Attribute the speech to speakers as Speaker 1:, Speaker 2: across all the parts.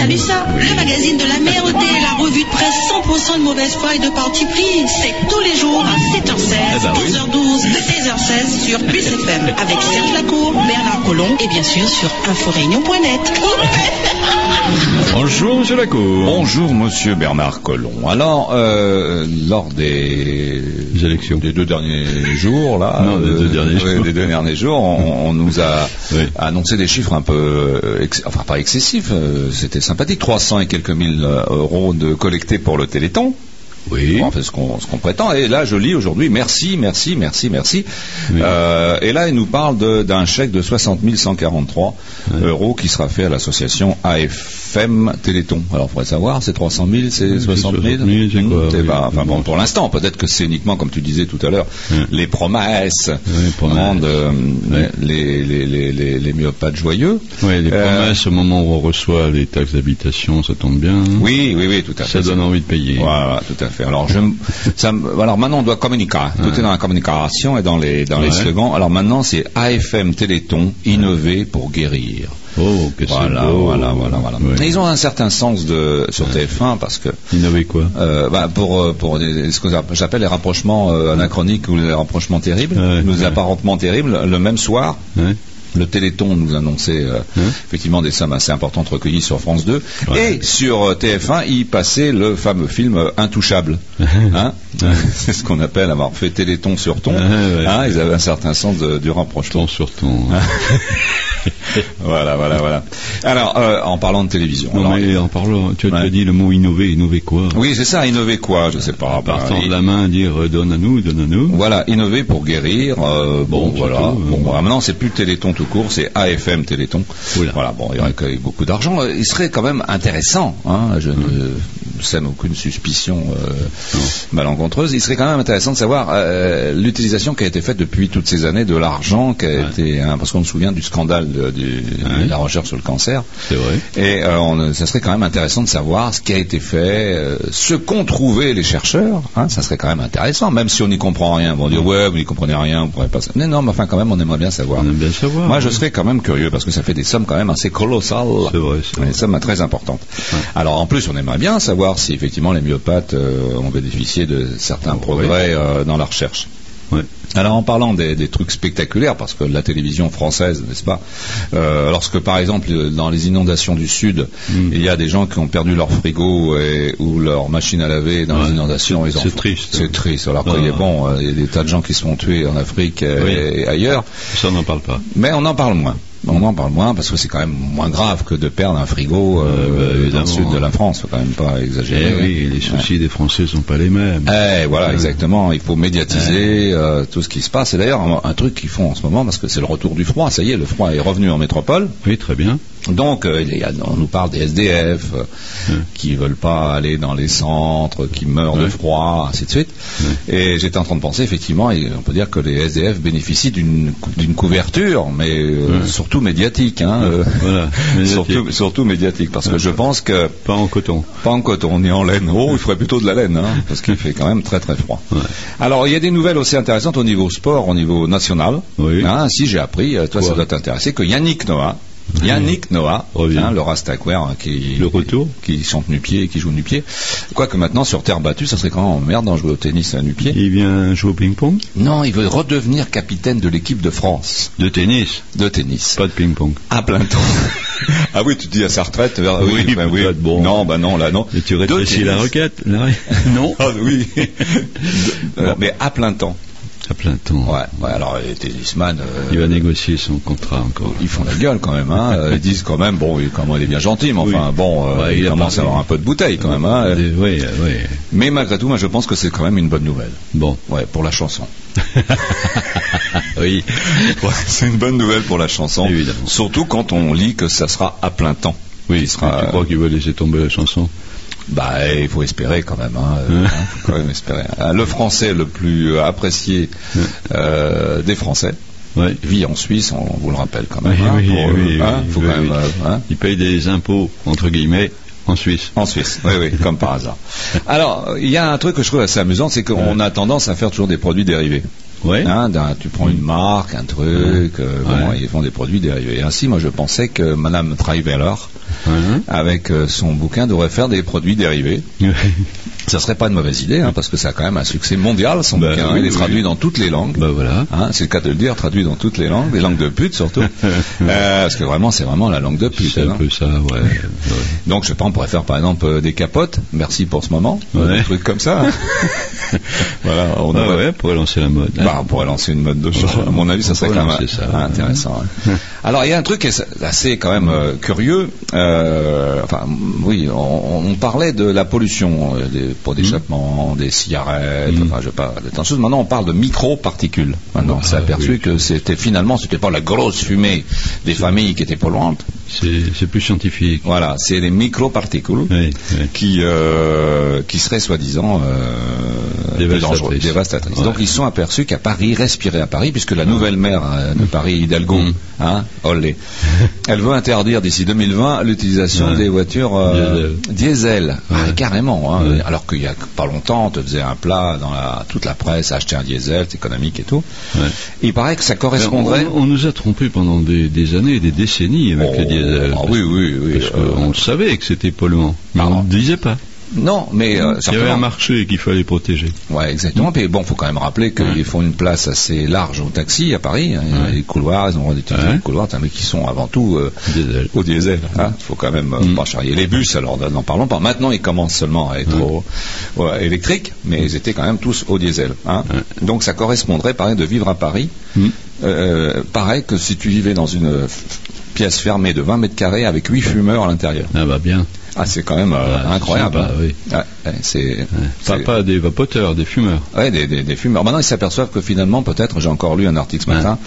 Speaker 1: Le magazine de la mer la revue de presse 100% de mauvaise foi et de parti pris, c'est tous les jours à 7h16, 11h12, 16h16 sur Plus FM avec Serge Lacour, Bernard Collomb et bien sûr sur inforéunion.net.
Speaker 2: Bonjour Monsieur Lacour.
Speaker 3: Bonjour Monsieur Bernard Collomb. Alors, euh, lors des...
Speaker 2: élections.
Speaker 3: des deux derniers jours, là,
Speaker 2: Non, des deux derniers
Speaker 3: ouais,
Speaker 2: jours.
Speaker 3: des deux derniers jours, on, on nous a
Speaker 2: Oui.
Speaker 3: annoncé des chiffres un peu, euh, ex- enfin pas excessifs, euh, c'était sympathique, 300 et quelques mille euh, euros de collectés pour le Téléthon.
Speaker 2: Oui.
Speaker 3: Bon, c'est ce qu'on ce qu'on prétend. Et là, je lis aujourd'hui, merci, merci, merci, merci. Euh, et là, il nous parle de- d'un chèque de 60 143 euros qui sera fait à l'association AFM Téléthon. Alors, on pourrait savoir, c'est 300 000, c'est 60 000,
Speaker 2: 60 000, c'est quoi,
Speaker 3: Hmm,
Speaker 2: oui.
Speaker 3: pas- Enfin bon, pour l'instant, peut-être que c'est uniquement, comme tu disais tout à l'heure,
Speaker 2: Oui.
Speaker 3: les promesses,
Speaker 2: Oui, promesses.
Speaker 3: rendent, euh,
Speaker 2: Oui.
Speaker 3: les, les, les, les, les myopathes joyeux.
Speaker 2: Ouais, les
Speaker 3: Euh,
Speaker 2: promesses au moment où on reçoit les taxes d'habitation, ça tombe bien. hein.
Speaker 3: Oui, oui, oui, tout à
Speaker 2: Ça
Speaker 3: fait.
Speaker 2: donne envie de payer.
Speaker 3: Voilà, tout à fait. Alors, je, m- ça, me- alors maintenant, on doit communiquer. hein. Tout est dans la communication et dans les, dans les
Speaker 2: Ouais.
Speaker 3: slogans. Alors maintenant, c'est AFM Téléthon, innover pour guérir.
Speaker 2: Oh, que
Speaker 3: Voilà,
Speaker 2: c'est beau.
Speaker 3: voilà, voilà, voilà.
Speaker 2: Ouais.
Speaker 3: Et Ils ont un certain sens de, sur TF1 parce que
Speaker 2: Innover quoi
Speaker 3: euh, bah, pour, euh, pour des- ce que j'a- j'appelle les rapprochements euh, anachroniques ou les rapprochements terribles,
Speaker 2: Ouais,
Speaker 3: nos
Speaker 2: ouais.
Speaker 3: apparentements terribles, le même soir,
Speaker 2: Hein
Speaker 3: le Téléthon nous annonçait euh, effectivement des sommes assez importantes recueillies sur France 2.
Speaker 2: Ouais.
Speaker 3: Et sur euh, TF1, il passait le fameux film euh, Intouchable.
Speaker 2: Mhm.
Speaker 3: Hein C'est ce qu'on appelle avoir fait Téléthon sur ton.
Speaker 2: Ouais, Ah, ouais.
Speaker 3: Hein, ils avaient un certain sens de- du rapprochement.
Speaker 2: Ton sur ton.
Speaker 3: Hein Voilà, voilà, voilà. Alors, euh, en parlant de télévision.
Speaker 2: non
Speaker 3: alors-
Speaker 2: mais en parlant, tu as tu as
Speaker 3: Ouais.
Speaker 2: dit le mot innover, innover quoi
Speaker 3: oui, c'est ça, innover quoi Je sais pas. ben,
Speaker 2: Partant
Speaker 3: il-
Speaker 2: de la main, dire euh, donne à nous, donne à nous.
Speaker 3: Voilà, innover pour guérir. euh, bon,
Speaker 2: Bon, c'est
Speaker 3: voilà.
Speaker 2: tout, euh.
Speaker 3: Bon, voilà. Maintenant, c'est plus Téléthon tout court, c'est AFM Téléthon.
Speaker 2: Oula.
Speaker 3: Voilà, bon, il recueille beaucoup d'argent. Euh, Il serait quand même intéressant, hein, je ne sème aucune suspicion euh, malencontreuse, il serait quand même intéressant de savoir euh, l'utilisation qui a été faite depuis toutes ces années de l'argent qui a été... hein, parce qu'on se souvient du scandale de, du- de la recherche sur le cancer.
Speaker 2: C'est vrai.
Speaker 3: Et euh, on, euh, ça serait quand même intéressant de savoir ce qui a été fait, euh, ce qu'ont trouvé les chercheurs. hein, ça serait quand même intéressant, même si on n'y comprend rien. Bon, on dit ouais, vous n'y comprenez rien, vous pourrez pas. ça. Mais non, mais enfin quand même, on aimerait bien savoir.
Speaker 2: On aime bien savoir.
Speaker 3: Moi, je serais quand même curieux parce que ça fait des sommes quand même assez colossales.
Speaker 2: C'est vrai, c'est vrai.
Speaker 3: Des sommes très importantes. Alors, en plus, on aimerait bien savoir si effectivement les myopathes euh, ont bénéficié de certains progrès euh, dans la recherche.
Speaker 2: Oh, Ouais.
Speaker 3: Alors en parlant des, des trucs spectaculaires, parce que la télévision française, n'est-ce pas, euh, lorsque par exemple euh, dans les inondations du Sud,
Speaker 2: Hmm.
Speaker 3: il y a des gens qui ont perdu leur frigo et- ou leur machine à laver dans les
Speaker 2: Ouais.
Speaker 3: inondations, ils en
Speaker 2: C'est
Speaker 3: font-
Speaker 2: triste.
Speaker 3: C'est triste. Alors qu'il
Speaker 2: Ah.
Speaker 3: est bon, euh, il y a des tas de gens qui sont tués en Afrique euh,
Speaker 2: Oui.
Speaker 3: et ailleurs,
Speaker 2: Ça, on n'en parle pas.
Speaker 3: mais on en parle moins. On en parle moins parce que c'est quand même moins grave que de perdre un frigo euh,
Speaker 2: Ouais, bah,
Speaker 3: dans le
Speaker 2: évidemment.
Speaker 3: sud de la France. Faut quand même pas exagérer.
Speaker 2: Eh oui, les soucis des Français sont pas les mêmes.
Speaker 3: Eh, voilà, exactement. Il faut médiatiser euh, tout ce qui se passe. Et d'ailleurs, un, un truc qu'ils font en ce moment, parce que c'est le retour du froid, ça y est, le froid est revenu en métropole.
Speaker 2: Oui, très bien.
Speaker 3: Donc, euh, il y a- on nous parle des SDF euh, qui veulent pas aller dans les centres, qui meurent de froid, ainsi de suite. Et j'étais en train de penser, effectivement, et on peut dire que les SDF bénéficient d'une cou- d'une couverture, mais euh, surtout médiatique. hein, euh,
Speaker 2: Voilà, médiatique.
Speaker 3: Surtout, surtout médiatique, parce que je pense que...
Speaker 2: Pas en coton.
Speaker 3: Pas en coton, ni en laine. Oh, il ferait plutôt de la laine, hein, parce qu'il fait quand même très très froid. Alors, il y a des nouvelles aussi intéressantes au niveau sport, au niveau national.
Speaker 2: Oui.
Speaker 3: Hein, si j'ai appris, euh, toi ça
Speaker 2: Quoi
Speaker 3: doit t'intéresser, que Yannick Noah, Yannick Noah,
Speaker 2: Revient.
Speaker 3: hein, le Rastaquaire hein, qui,
Speaker 2: Le retour.
Speaker 3: qui chante nu-pied et qui joue nu-pied. Quoique maintenant, sur terre battue, ça serait quand même merde d'en jouer au tennis à nu-pied.
Speaker 2: Il vient jouer au ping-pong
Speaker 3: Non, il veut redevenir capitaine de l'équipe de France
Speaker 2: De tennis
Speaker 3: de tennis.
Speaker 2: Pas de ping-pong.
Speaker 3: À plein temps. ah oui, tu dis à sa retraite. vers-
Speaker 2: Oui,
Speaker 3: bah
Speaker 2: peut-être, bon.
Speaker 3: Non, bah non, là non.
Speaker 2: Et tu
Speaker 3: De
Speaker 2: rétrécis la
Speaker 3: tennis.
Speaker 2: requête là, Non.
Speaker 3: Ah oui. De- euh, Mais à plein temps.
Speaker 2: À plein temps.
Speaker 3: Ouais, ouais, alors les tennisman, euh,
Speaker 2: Il va négocier son contrat encore.
Speaker 3: ils font la gueule quand même. Hein. Euh, Ils disent quand même, bon, il- comment il est bien gentil, mais enfin,
Speaker 2: Oui.
Speaker 3: bon, euh,
Speaker 2: Ouais,
Speaker 3: il,
Speaker 2: il a
Speaker 3: commence à
Speaker 2: parlé.
Speaker 3: avoir un peu de bouteille quand même. hein.
Speaker 2: Des- Oui, euh, oui.
Speaker 3: Mais malgré tout, moi je pense que c'est quand même une bonne nouvelle.
Speaker 2: Bon.
Speaker 3: Ouais, pour la chanson.
Speaker 2: Oui.
Speaker 3: Ouais, c'est une bonne nouvelle pour la chanson.
Speaker 2: Évidemment.
Speaker 3: Surtout quand on lit que ça sera à plein temps.
Speaker 2: Oui,
Speaker 3: Il sera-
Speaker 2: tu crois qu'il va laisser tomber la chanson
Speaker 3: Bah, il faut espérer quand même. Hein, euh, hein, faut quand même espérer. Euh, Le français le plus apprécié euh, des Français.
Speaker 2: Ouais.
Speaker 3: vit en Suisse, on vous le rappelle quand
Speaker 2: Oui,
Speaker 3: même. hein,
Speaker 2: oui,
Speaker 3: pour,
Speaker 2: oui,
Speaker 3: euh, hein,
Speaker 2: oui,
Speaker 3: faut
Speaker 2: oui,
Speaker 3: quand même,
Speaker 2: oui.
Speaker 3: euh, hein,
Speaker 2: Il paye des impôts, entre guillemets, en Suisse.
Speaker 3: en Suisse, oui, oui, comme par hasard. Alors, il y a un truc que je trouve assez amusant, c'est qu'on a tendance à faire toujours des produits dérivés.
Speaker 2: Ouais.
Speaker 3: Hein, d'un- tu prends une marque, un truc, euh, bon,
Speaker 2: Ouais.
Speaker 3: ils font des produits dérivés. Et ainsi, moi, je pensais que Madame Traiveller
Speaker 2: Mhm.
Speaker 3: avec euh, son bouquin, devrait faire des produits dérivés. Ça serait pas une mauvaise idée, hein, parce que ça a quand même un succès mondial, son
Speaker 2: Bah,
Speaker 3: bouquin. hein.
Speaker 2: oui,
Speaker 3: il est
Speaker 2: oui.
Speaker 3: traduit dans toutes les langues.
Speaker 2: bah voilà.
Speaker 3: Hein, c'est le cas de le dire, traduit dans toutes les langues, les langues de pute surtout. Euh, parce que vraiment, c'est vraiment la langue de pute.
Speaker 2: C'est
Speaker 3: hein.
Speaker 2: un peu ça, ouais. ouais.
Speaker 3: Donc, je sais pas, on pourrait faire par exemple euh, des capotes. Merci pour ce moment.
Speaker 2: Ouais.
Speaker 3: Des trucs comme ça. hein. voilà, on
Speaker 2: Ah
Speaker 3: aurait-
Speaker 2: ouais, pour lancer la mode.
Speaker 3: Bah, on pourrait lancer une mode de choses.
Speaker 2: Ouais,
Speaker 3: À mon avis, ça
Speaker 2: on
Speaker 3: serait
Speaker 2: pourrait
Speaker 3: quand même
Speaker 2: lancer ça,
Speaker 3: euh,
Speaker 2: ouais.
Speaker 3: intéressant. hein. Alors, il y a un truc qui est assez quand même euh, curieux. Euh, enfin, oui, on, on parlait de la pollution, euh, des pots
Speaker 2: Hmm.
Speaker 3: d'échappement, des cigarettes,
Speaker 2: Mm.
Speaker 3: enfin, je sais pas, des tas de choses. Maintenant, on parle de micro-particules. Maintenant, on s'est
Speaker 2: Ah,
Speaker 3: aperçu
Speaker 2: oui.
Speaker 3: que c'était finalement, c'était pas la grosse fumée des familles qui étaient polluantes.
Speaker 2: c'est c'est plus scientifique.
Speaker 3: Voilà, c'est les micro-particules
Speaker 2: Oui, oui.
Speaker 3: qui, euh, qui seraient soi-disant euh,
Speaker 2: Dévastatrices.
Speaker 3: dangereuses, dévastatrices.
Speaker 2: Ouais.
Speaker 3: Donc ils sont aperçus qu'à Paris, respirer à Paris, puisque la nouvelle maire euh, de Paris, Hidalgo,
Speaker 2: Mm.
Speaker 3: hein, olé, elle veut interdire d'ici 2020 l'utilisation
Speaker 2: Ouais.
Speaker 3: des voitures euh, diesel, Ah,
Speaker 2: Ouais.
Speaker 3: carrément. hein.
Speaker 2: Ouais.
Speaker 3: Alors qu'il y a pas longtemps, on te faisait un plat dans la, toute la presse, acheter un diesel, c'est économique et tout.
Speaker 2: Ouais.
Speaker 3: Il paraît que ça
Speaker 2: Ben, on,
Speaker 3: correspondrait.
Speaker 2: on nous a trompés pendant des, des années, des décennies avec
Speaker 3: Oh,
Speaker 2: le diesel.
Speaker 3: ah oui, oui, oui.
Speaker 2: Parce
Speaker 3: euh,
Speaker 2: qu'on le savait que c'était polluant, mais
Speaker 3: pardon.
Speaker 2: on ne le disait pas.
Speaker 3: non, mais euh,
Speaker 2: Il y avait
Speaker 3: certainement.
Speaker 2: un marché qu'il fallait protéger.
Speaker 3: Ouais, exactement. Puis bon, faut quand même rappeler qu'ils font une place assez large aux taxis à Paris. hein.
Speaker 2: Ouais.
Speaker 3: Les couloirs, ils ont réutilisé
Speaker 2: Ouais.
Speaker 3: les couloirs, mais qui sont avant tout euh,
Speaker 2: Diesel.
Speaker 3: au diesel. hein. faut quand même euh,
Speaker 2: Mm.
Speaker 3: pas charrier les bus. Alors n'en parlons pas. Maintenant, ils commencent seulement à être
Speaker 2: Ouais.
Speaker 3: au- ouais, électriques, mais ils étaient quand même tous au diesel. hein.
Speaker 2: Ouais.
Speaker 3: Donc ça correspondrait, pareil, de vivre à Paris.
Speaker 2: Mm.
Speaker 3: Euh, pareil que si tu vivais dans une euh, pièce fermée de 20 mètres carrés avec huit fumeurs à l'intérieur.
Speaker 2: Ah bah bien.
Speaker 3: Ah, c'est quand même euh,
Speaker 2: Ah, c'est
Speaker 3: incroyable.
Speaker 2: sympa, oui.
Speaker 3: Ouais, ouais, c'est
Speaker 2: Ouais. hein. Pas,
Speaker 3: c'est-
Speaker 2: pas des vapoteurs, des fumeurs.
Speaker 3: Ouais, des, des, des fumeurs. Maintenant, ils s'aperçoivent que finalement, peut-être, j'ai encore lu un article ce matin,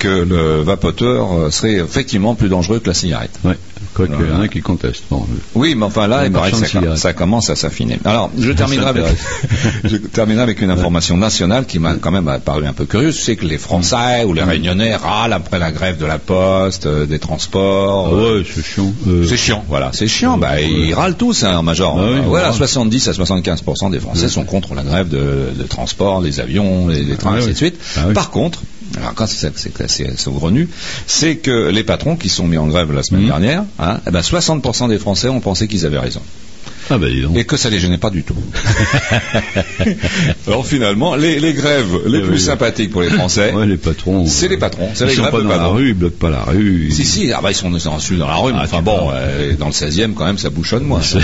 Speaker 3: que le vapoteur euh, serait effectivement plus dangereux que la cigarette.
Speaker 2: Ouais. Quoi qu'il
Speaker 3: Ouais.
Speaker 2: y en a qui contestent. Bon, euh,
Speaker 3: Oui, mais enfin là,
Speaker 2: Le
Speaker 3: il paraît que
Speaker 2: marchand de
Speaker 3: ça,
Speaker 2: cigarettes.
Speaker 3: ça commence à s'affiner. Alors, je terminerai, avec,
Speaker 2: intéresse.
Speaker 3: je terminerai avec une information nationale qui m'a quand même paru un peu curieuse. C'est que les Français ou les Réunionnais râlent après la grève de la poste, euh, des transports.
Speaker 2: ah
Speaker 3: euh,
Speaker 2: ouais, c'est chiant. Euh,
Speaker 3: c'est chiant, voilà, c'est chiant. Bah, ils râlent tous, hein, en major.
Speaker 2: Bah oui, on
Speaker 3: voilà,
Speaker 2: râle.
Speaker 3: 70 à 75 des Français sont contre la grève de, de transport, des avions, des, des trains,
Speaker 2: Ah
Speaker 3: ainsi
Speaker 2: oui.
Speaker 3: de suite.
Speaker 2: Ah oui.
Speaker 3: Par contre, alors quand c'est c'est assez saugrenu, c'est que les patrons qui sont mis en grève la semaine
Speaker 2: Mhm.
Speaker 3: dernière, hein, eh ben 60 des Français ont pensé qu'ils avaient raison
Speaker 2: Ah bah dis donc.
Speaker 3: et que ça les gênait pas du tout. alors finalement, les, les grèves les
Speaker 2: Oui,
Speaker 3: plus
Speaker 2: oui.
Speaker 3: sympathiques pour les Français,
Speaker 2: Ouais, les patrons.
Speaker 3: c'est
Speaker 2: euh,
Speaker 3: les patrons, c'est
Speaker 2: Ils
Speaker 3: les
Speaker 2: sont
Speaker 3: grèves
Speaker 2: pas
Speaker 3: de
Speaker 2: dans la
Speaker 3: patrons.
Speaker 2: rue, ils bloquent pas la rue.
Speaker 3: Si, si, ah bah, ils sont, ils sont insultés dans la rue, mais
Speaker 2: Ah,
Speaker 3: enfin
Speaker 2: tu
Speaker 3: bon,
Speaker 2: parles.
Speaker 3: euh, dans le 16e, quand même, ça bouchonne moins. ça.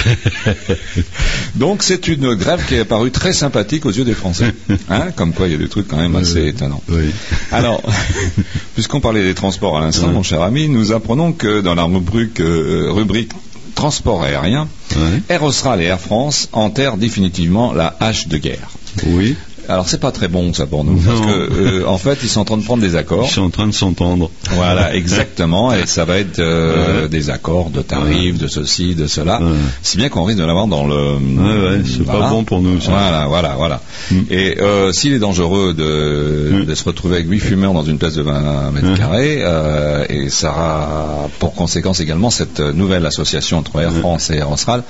Speaker 3: Donc, c'est une grève qui est apparue très sympathique aux yeux des Français. Hein Comme quoi, il y a des trucs quand même assez
Speaker 2: Euh.
Speaker 3: étonnants.
Speaker 2: Oui.
Speaker 3: Alors, puisqu'on parlait des transports à l'instant,
Speaker 2: Ouais.
Speaker 3: mon cher ami, nous apprenons que dans la rubrique, euh, rubrique transport aérien,
Speaker 2: Ouais.
Speaker 3: Air Austral et Air France enterrent définitivement la hache de guerre.
Speaker 2: Oui.
Speaker 3: Alors, c'est pas très bon, ça, pour nous. Parce
Speaker 2: Non.
Speaker 3: que, euh, en fait, ils sont en train de prendre des accords.
Speaker 2: Ils sont en train de s'entendre.
Speaker 3: Voilà, exactement. Et ça va être euh,
Speaker 2: Ouais.
Speaker 3: des accords de tarifs, de ceci, de cela.
Speaker 2: Ouais.
Speaker 3: Si bien qu'on risque de l'avoir dans le.
Speaker 2: Ouais, ouais, c'est pas bon pour nous, ça.
Speaker 3: Voilà, voilà, voilà.
Speaker 2: Mm.
Speaker 3: Et euh, s'il est dangereux de,
Speaker 2: Mm.
Speaker 3: de se retrouver avec huit fumeurs dans une place de 20 mètres
Speaker 2: Ouais.
Speaker 3: carrés, euh, et ça aura pour conséquence également cette nouvelle association entre Air
Speaker 2: Ouais.
Speaker 3: France et Air Austral,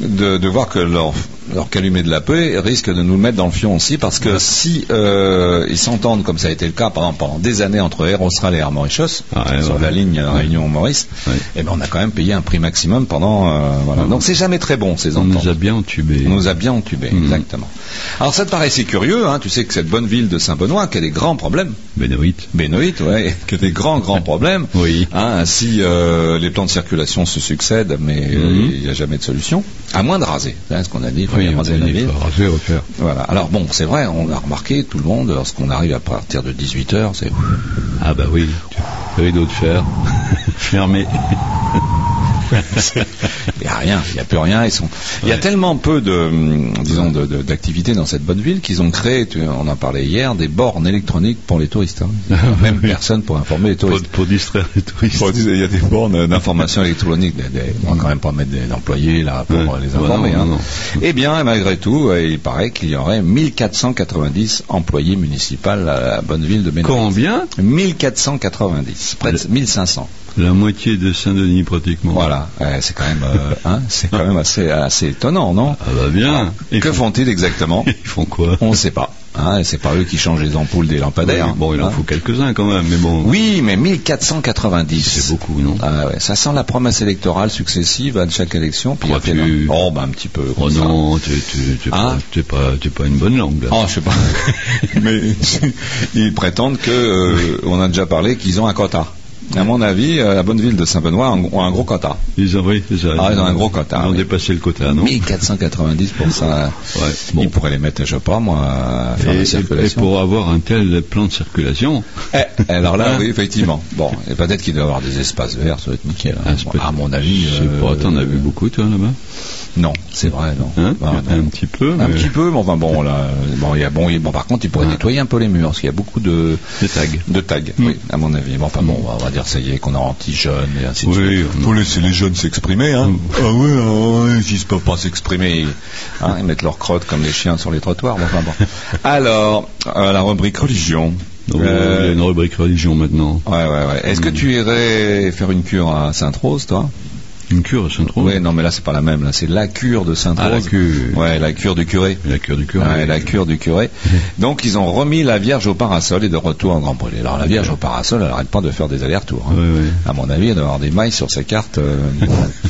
Speaker 3: de, de voir que leur, leur calumet de la paix risque de nous le mettre dans le fion aussi, parce que si euh, ils s'entendent, comme ça a été le cas par exemple, pendant des années entre Air Austral et Air Mauritius,
Speaker 2: Ah, ouais,
Speaker 3: sur
Speaker 2: ouais.
Speaker 3: la ligne
Speaker 2: Ouais.
Speaker 3: Réunion-Maurice,
Speaker 2: Ouais.
Speaker 3: eh ben, on a quand même payé un prix maximum pendant... euh, voilà.
Speaker 2: Ouais.
Speaker 3: Donc c'est jamais très bon ces
Speaker 2: On
Speaker 3: ententes.
Speaker 2: nous a bien entubés.
Speaker 3: On nous a bien entubés,
Speaker 2: Mhm.
Speaker 3: exactement. Alors ça te paraissait curieux, hein, tu sais que cette bonne ville de Saint-Benoît qui a des grands problèmes,
Speaker 2: Benoît.
Speaker 3: Benoît, ouais, qui a des grands, grands problèmes,
Speaker 2: Oui.
Speaker 3: hein, si euh, les plans de circulation se succèdent, mais euh,
Speaker 2: Mhm.
Speaker 3: il n'y a jamais de solution, à moins de raser, c'est ce qu'on a dit, il faut
Speaker 2: Oui,
Speaker 3: bien
Speaker 2: on
Speaker 3: raser la
Speaker 2: dit,
Speaker 3: ville.
Speaker 2: faut raser, refaire.
Speaker 3: Voilà. Alors bon, c'est vrai, on a remarqué, tout le monde, lorsqu'on arrive à partir de 18h, c'est...
Speaker 2: Ah bah oui. Rideau de fer. Fermé.
Speaker 3: Il n'y a rien, il n'y a plus rien. Ils sont... Il y a
Speaker 2: Ouais.
Speaker 3: tellement peu de, hum, disons, de- de- d'activités dans cette bonne ville qu'ils ont créé, tu- on en parlait hier, des bornes électroniques pour les touristes. hein.
Speaker 2: Ah
Speaker 3: Même personne pour informer les
Speaker 2: Pour,
Speaker 3: touristes.
Speaker 2: pour distraire les touristes.
Speaker 3: Bon, Il y a des bornes d'information électronique. des- des- on va quand même pas mettre des employés là pour
Speaker 2: Ouais.
Speaker 3: euh, les
Speaker 2: Ouais,
Speaker 3: informer.
Speaker 2: non,
Speaker 3: hein.
Speaker 2: non, non.
Speaker 3: Eh bien, malgré tout, euh, il paraît qu'il y aurait 1490 employés municipaux à la bonne ville de Bénin.
Speaker 2: Combien
Speaker 3: 1490, près de 1500.
Speaker 2: La moitié de Saint-Denis pratiquement.
Speaker 3: Voilà, Euh, c'est quand même, euh, hein, c'est quand même assez, assez étonnant, non
Speaker 2: Ah bah bien.
Speaker 3: Que
Speaker 2: Ils font-
Speaker 3: font-ils exactement
Speaker 2: Ils font quoi
Speaker 3: On ne sait pas. Hein, et c'est pas eux qui changent les ampoules des lampadaires.
Speaker 2: Oui, bon, il en
Speaker 3: hein.
Speaker 2: faut quelques-uns quand même, mais bon.
Speaker 3: Oui, mais 1490.
Speaker 2: C'est beaucoup, non
Speaker 3: Ah ouais, ça sent la promesse électorale successive à chaque élection. Puis
Speaker 2: Oh,
Speaker 3: après,
Speaker 2: tu-
Speaker 3: non. Oh, bah, un petit peu.
Speaker 2: Oh
Speaker 3: comme ça.
Speaker 2: non, t'es- t'es t'es
Speaker 3: Hein
Speaker 2: pas, t'es pas, t'es pas une bonne langue. Là.
Speaker 3: Oh, je sais pas. Mais ils prétendent que, euh, on a déjà parlé, qu'ils ont un quota. À mon avis, euh, la bonne ville de Saint-Benoît a un- ont un gros quota.
Speaker 2: Ils ont, oui, c'est ça.
Speaker 3: Ah, ils ont un gros quota,
Speaker 2: Ils ont
Speaker 3: oui.
Speaker 2: dépassé le quota, non
Speaker 3: 1490 pour ça.
Speaker 2: Ouais, bon.
Speaker 3: Ils pourraient les mettre, je sais pas, moi, à faire
Speaker 2: Et,
Speaker 3: la
Speaker 2: et- et
Speaker 3: circulation.
Speaker 2: pour avoir un tel plan de circulation,
Speaker 3: Eh, alors
Speaker 2: Hein
Speaker 3: là, oui, effectivement. Bon, et peut-être qu'il doit y avoir des espaces verts, ça va être nickel. hein.
Speaker 2: ah, c'est pas-
Speaker 3: à mon avis.
Speaker 2: je sais
Speaker 3: euh,
Speaker 2: pas, t'en as vu beaucoup toi là-bas,
Speaker 3: ah, Non, c'est vrai, non.
Speaker 2: hein
Speaker 3: Ah, non.
Speaker 2: un petit peu,
Speaker 3: Un
Speaker 2: mais
Speaker 3: petit peu, mais enfin bon, là, euh, bon, il y a, bon, il- bon, par contre, il pourrait
Speaker 2: Ouais.
Speaker 3: nettoyer un peu les murs, parce qu'il y a beaucoup de,
Speaker 2: des tags.
Speaker 3: de tags, Mm. oui, à mon avis. Bon, enfin bon, on va- on va dire ça y est, qu'on est anti-jeunes et ainsi de
Speaker 2: Oui,
Speaker 3: suite.
Speaker 2: on-
Speaker 3: Faut laisser les jeunes s'exprimer, hein. Ah oui, ah oui, s'ils ne peuvent pas s'exprimer, hein, ils mettent leurs crottes comme les chiens sur les trottoirs. Bon, enfin bon. Alors, euh, la rubrique religion.
Speaker 2: Donc,
Speaker 3: Euh,
Speaker 2: Il y a une rubrique religion maintenant.
Speaker 3: Ouais, ouais, ouais. Est-ce que tu irais faire une cure à Sainte-Rose, toi
Speaker 2: Une cure, ça trouve.
Speaker 3: Oui, non, mais là, c'est pas la même. Là, c'est Oh. la cure de Sainte-Rose.
Speaker 2: Ah, la cure.
Speaker 3: Ouais, la cure du curé.
Speaker 2: La cure du cœur.
Speaker 3: Ouais, Ah, la cure du curé. Donc, ils ont remis la Vierge au parasol et de retour en Grand Brûlé. Alors, la Vierge au parasol, elle arrête pas de faire des allers-retours. hein.
Speaker 2: Ouais, ouais.
Speaker 3: À mon avis, elle doit avoir des mailles sur sa carte euh,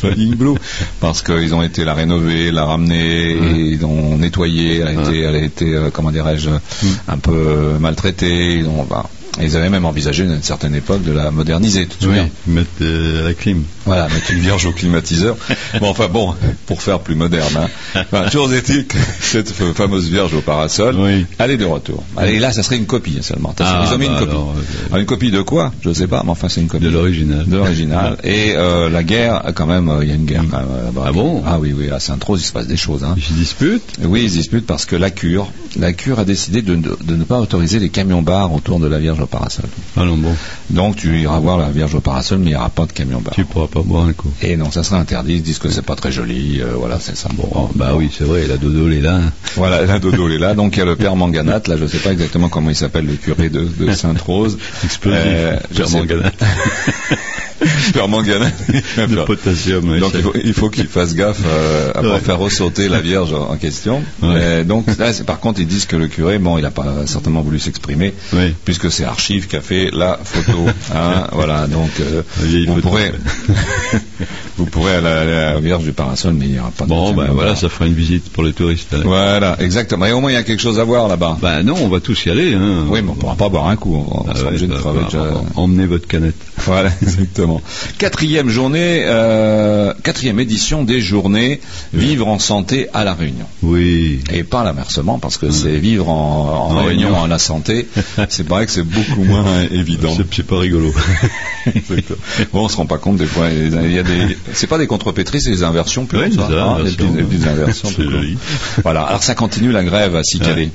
Speaker 3: Flying Blue. Parce qu'ils ont été la rénover, la ramener,
Speaker 2: Ouais.
Speaker 3: et ils ont nettoyé, elle a été, elle a été euh, comment dirais-je,
Speaker 2: Mm.
Speaker 3: un peu euh, maltraitée. Ils, ont, bah, ils avaient même envisagé, à une certaine époque, de la moderniser, tu te
Speaker 2: Oui,
Speaker 3: souviens
Speaker 2: ils mettent euh, la clim.
Speaker 3: voilà, mettre une vierge au climatiseur. Bon, enfin bon, pour faire plus moderne. Hein. Enfin, toujours est-il que cette f- fameuse vierge au parasol,
Speaker 2: Oui.
Speaker 3: elle est de retour. Allez, là, ça serait une copie seulement.
Speaker 2: Ah,
Speaker 3: Ils ont mis
Speaker 2: bah
Speaker 3: une copie.
Speaker 2: alors, euh,
Speaker 3: Ah, une copie de quoi Je sais pas, mais enfin, c'est une copie.
Speaker 2: De l'original.
Speaker 3: De l'original. Et euh, la guerre, quand même, euh, il y a une guerre. quand même, euh, là-bas.
Speaker 2: Ah bon
Speaker 3: Ah oui, oui, à Sainte-Rose, il se passe des choses. Hein.
Speaker 2: Ils se disputent.
Speaker 3: Oui, ils se disputent parce que la cure, la cure a décidé de, ne- de ne pas autoriser les camions-bars autour de la Vierge au parasol.
Speaker 2: Ah non, bon,
Speaker 3: Donc tu iras voir la Vierge au parasol, mais il n'y aura pas de camion-bar.
Speaker 2: tu pourras pas boire un coup.
Speaker 3: Et non, ça serait interdit. Ils disent que c'est pas très joli. euh, voilà, c'est ça. Bon,
Speaker 2: Bon, bah oui, c'est vrai, la dodo, elle est là. hein.
Speaker 3: Voilà, la dodo elle est là. Donc il y a le père Manganat. Là, je sais pas exactement comment il s'appelle, le curé de, de Sainte-Rose.
Speaker 2: Explosif.
Speaker 3: Euh, je
Speaker 2: Père
Speaker 3: sais
Speaker 2: Manganat.
Speaker 3: pas. père Manganat.
Speaker 2: De potassium. ouais,
Speaker 3: Donc
Speaker 2: ça-
Speaker 3: il faut, il faut qu'il fasse gaffe euh, à pas
Speaker 2: Ouais.
Speaker 3: faire ressauter la Vierge en en question.
Speaker 2: Ouais.
Speaker 3: Et donc là, c'est- par contre, ils disent que le curé, bon, il n'a pas certainement voulu s'exprimer,
Speaker 2: Oui.
Speaker 3: puisque c'est Archive qui a fait la photo. hein, voilà, donc euh,
Speaker 2: La vieille
Speaker 3: vous,
Speaker 2: photo.
Speaker 3: pourrez, vous pourrez aller à la, Vierge du Parasol, mais il n'y aura pas de
Speaker 2: Bon, ben
Speaker 3: camion
Speaker 2: voilà,
Speaker 3: là.
Speaker 2: ça fera une visite pour les touristes. alors.
Speaker 3: Voilà, exactement. Et au moins, il y a quelque chose à voir là-bas.
Speaker 2: Ben non, on va tous y aller. Hein.
Speaker 3: oui, mais on ne pourra pas boire un coup. On, va- on
Speaker 2: Ah
Speaker 3: sera
Speaker 2: ouais,
Speaker 3: obligé de
Speaker 2: bah,
Speaker 3: crever
Speaker 2: bah,
Speaker 3: déjà.
Speaker 2: Emmenez votre canette.
Speaker 3: Voilà, exactement. Quatrième journée, euh, quatrième édition des journées Vivre en santé à La Réunion.
Speaker 2: Oui.
Speaker 3: Et pas l'inversement, parce que c'est vivre en, en
Speaker 2: En
Speaker 3: réunion,
Speaker 2: réunion.
Speaker 3: en la santé. C'est vrai que c'est beaucoup moins évident.
Speaker 2: C'est c'est pas rigolo.
Speaker 3: Exactement. bon, on se rend pas compte des fois. Il y a des, c'est pas des contrepétries, c'est des inversions plus
Speaker 2: Ouais,
Speaker 3: comme ça,
Speaker 2: des
Speaker 3: hein, des
Speaker 2: inversions.
Speaker 3: petites- des petites inversions.
Speaker 2: C'est
Speaker 3: plus comme-
Speaker 2: joli.
Speaker 3: Voilà. Alors ça continue la grève à Sicalé.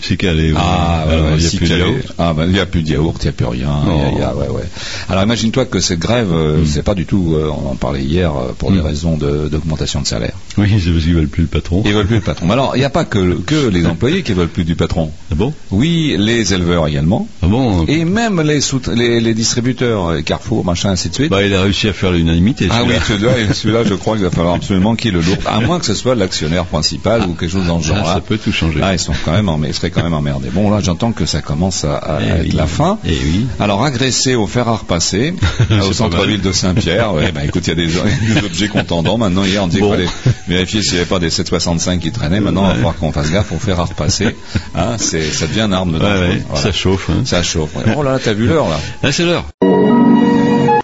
Speaker 2: C'est calé. ouais.
Speaker 3: Ah, ouais,
Speaker 2: Alors,
Speaker 3: ouais,
Speaker 2: il y a
Speaker 3: si
Speaker 2: plus de
Speaker 3: qu'il y avait-
Speaker 2: yaourt.
Speaker 3: Ah, ben, il n'y a plus de yaourt, il n'y a plus rien. il y a- il y
Speaker 2: Oh.
Speaker 3: a- ouais, ouais. Alors imagine-toi que cette grève,
Speaker 2: Hmm.
Speaker 3: euh, c'est pas du tout, euh, on en parlait hier, euh, pour des
Speaker 2: Mm.
Speaker 3: raisons de- d'augmentation de, salaire.
Speaker 2: Oui, c'est parce qu'ils veulent plus le patron.
Speaker 3: Ils veulent plus le patron. Mais alors, il n'y a pas que, que les employés qui veulent plus du patron.
Speaker 2: Ah bon
Speaker 3: Oui, les éleveurs également.
Speaker 2: Ah bon
Speaker 3: Et même les, sout- les, les distributeurs, euh, Carrefour, machin, ainsi de suite.
Speaker 2: Bah, il a réussi à faire l'unanimité.
Speaker 3: ah oui,
Speaker 2: celui-là.
Speaker 3: celui-là, celui-là, je crois qu'il va falloir absolument qu'il le lourde, à moins que ce soit l'actionnaire principal ou quelque chose dans ce
Speaker 2: Ah,
Speaker 3: genre-là.
Speaker 2: ça peut tout changer.
Speaker 3: Là, ils sont quand même, emmerdés, ils seraient quand même emmerdés. Bon, là, j'entends que ça commence à, à
Speaker 2: Eh
Speaker 3: être
Speaker 2: oui.
Speaker 3: la fin.
Speaker 2: Eh oui.
Speaker 3: Alors, agressé au fer à repasser,
Speaker 2: C'est
Speaker 3: au
Speaker 2: pas
Speaker 3: centre-ville
Speaker 2: mal.
Speaker 3: de Saint-Pierre. Ouais, bah, écoute, il y a des, des objets contendants. Maintenant, hier, on disait
Speaker 2: Bon.
Speaker 3: qu'il fallait vérifier s'il n'y avait pas des 765 qui traînaient. Maintenant, il va falloir qu'on fasse gaffe au fer à repasser. Hein, c'est, ça devient une arme de
Speaker 2: Ouais,
Speaker 3: dangereuse.
Speaker 2: ouais,
Speaker 3: Voilà.
Speaker 2: Ça chauffe. Hein.
Speaker 3: Ça chauffe. ouais. Oh là là, t'as vu l'heure, là.
Speaker 2: Ah, c'est l'heure.